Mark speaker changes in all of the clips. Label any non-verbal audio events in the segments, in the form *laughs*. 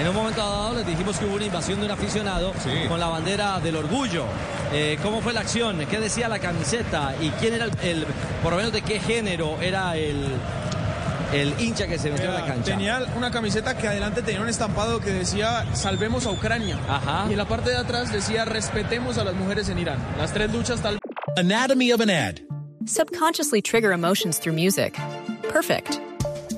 Speaker 1: En un momento dado les dijimos que hubo una invasión de un aficionado con la bandera del orgullo. Eh, ¿Cómo fue la acción? ¿Qué decía la camiseta? ¿Y quién era el, el- por lo menos de qué género era el, el hincha que se metió en la cancha?
Speaker 2: Tenía una camiseta que adelante tenía un estampado que decía salvemos a Ucrania.
Speaker 1: Ajá.
Speaker 2: Y en la parte de atrás decía respetemos a las mujeres en Irán. Las tres luchas tal
Speaker 3: Anatomy of an ad.
Speaker 4: Subconsciously trigger emotions through music. Perfect.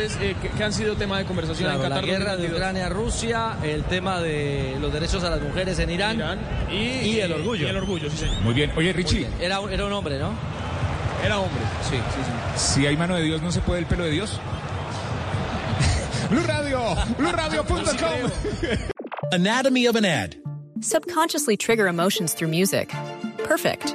Speaker 2: vez eh, que, que han sido tema de conversación
Speaker 1: Claro,
Speaker 2: en
Speaker 1: la
Speaker 2: Qatar
Speaker 1: guerra de
Speaker 2: 2022.
Speaker 1: Ucrania-Rusia, el tema de los derechos a las mujeres en Irán.
Speaker 2: Irán y,
Speaker 1: Y el orgullo.
Speaker 2: y el orgullo, sí señor.
Speaker 5: Muy bien. Oye, Richie,
Speaker 1: Era, un- era un hombre, ¿no?
Speaker 2: Era hombre.
Speaker 1: Sí, sí, sí.
Speaker 5: si hay mano de Dios, ¿no se puede el pelo de
Speaker 1: *laughs*
Speaker 5: Dios? Blue Radio, BlueRadio.com.
Speaker 3: Anatomy of an ad.
Speaker 4: Subconsciously trigger emotions through music. Perfect.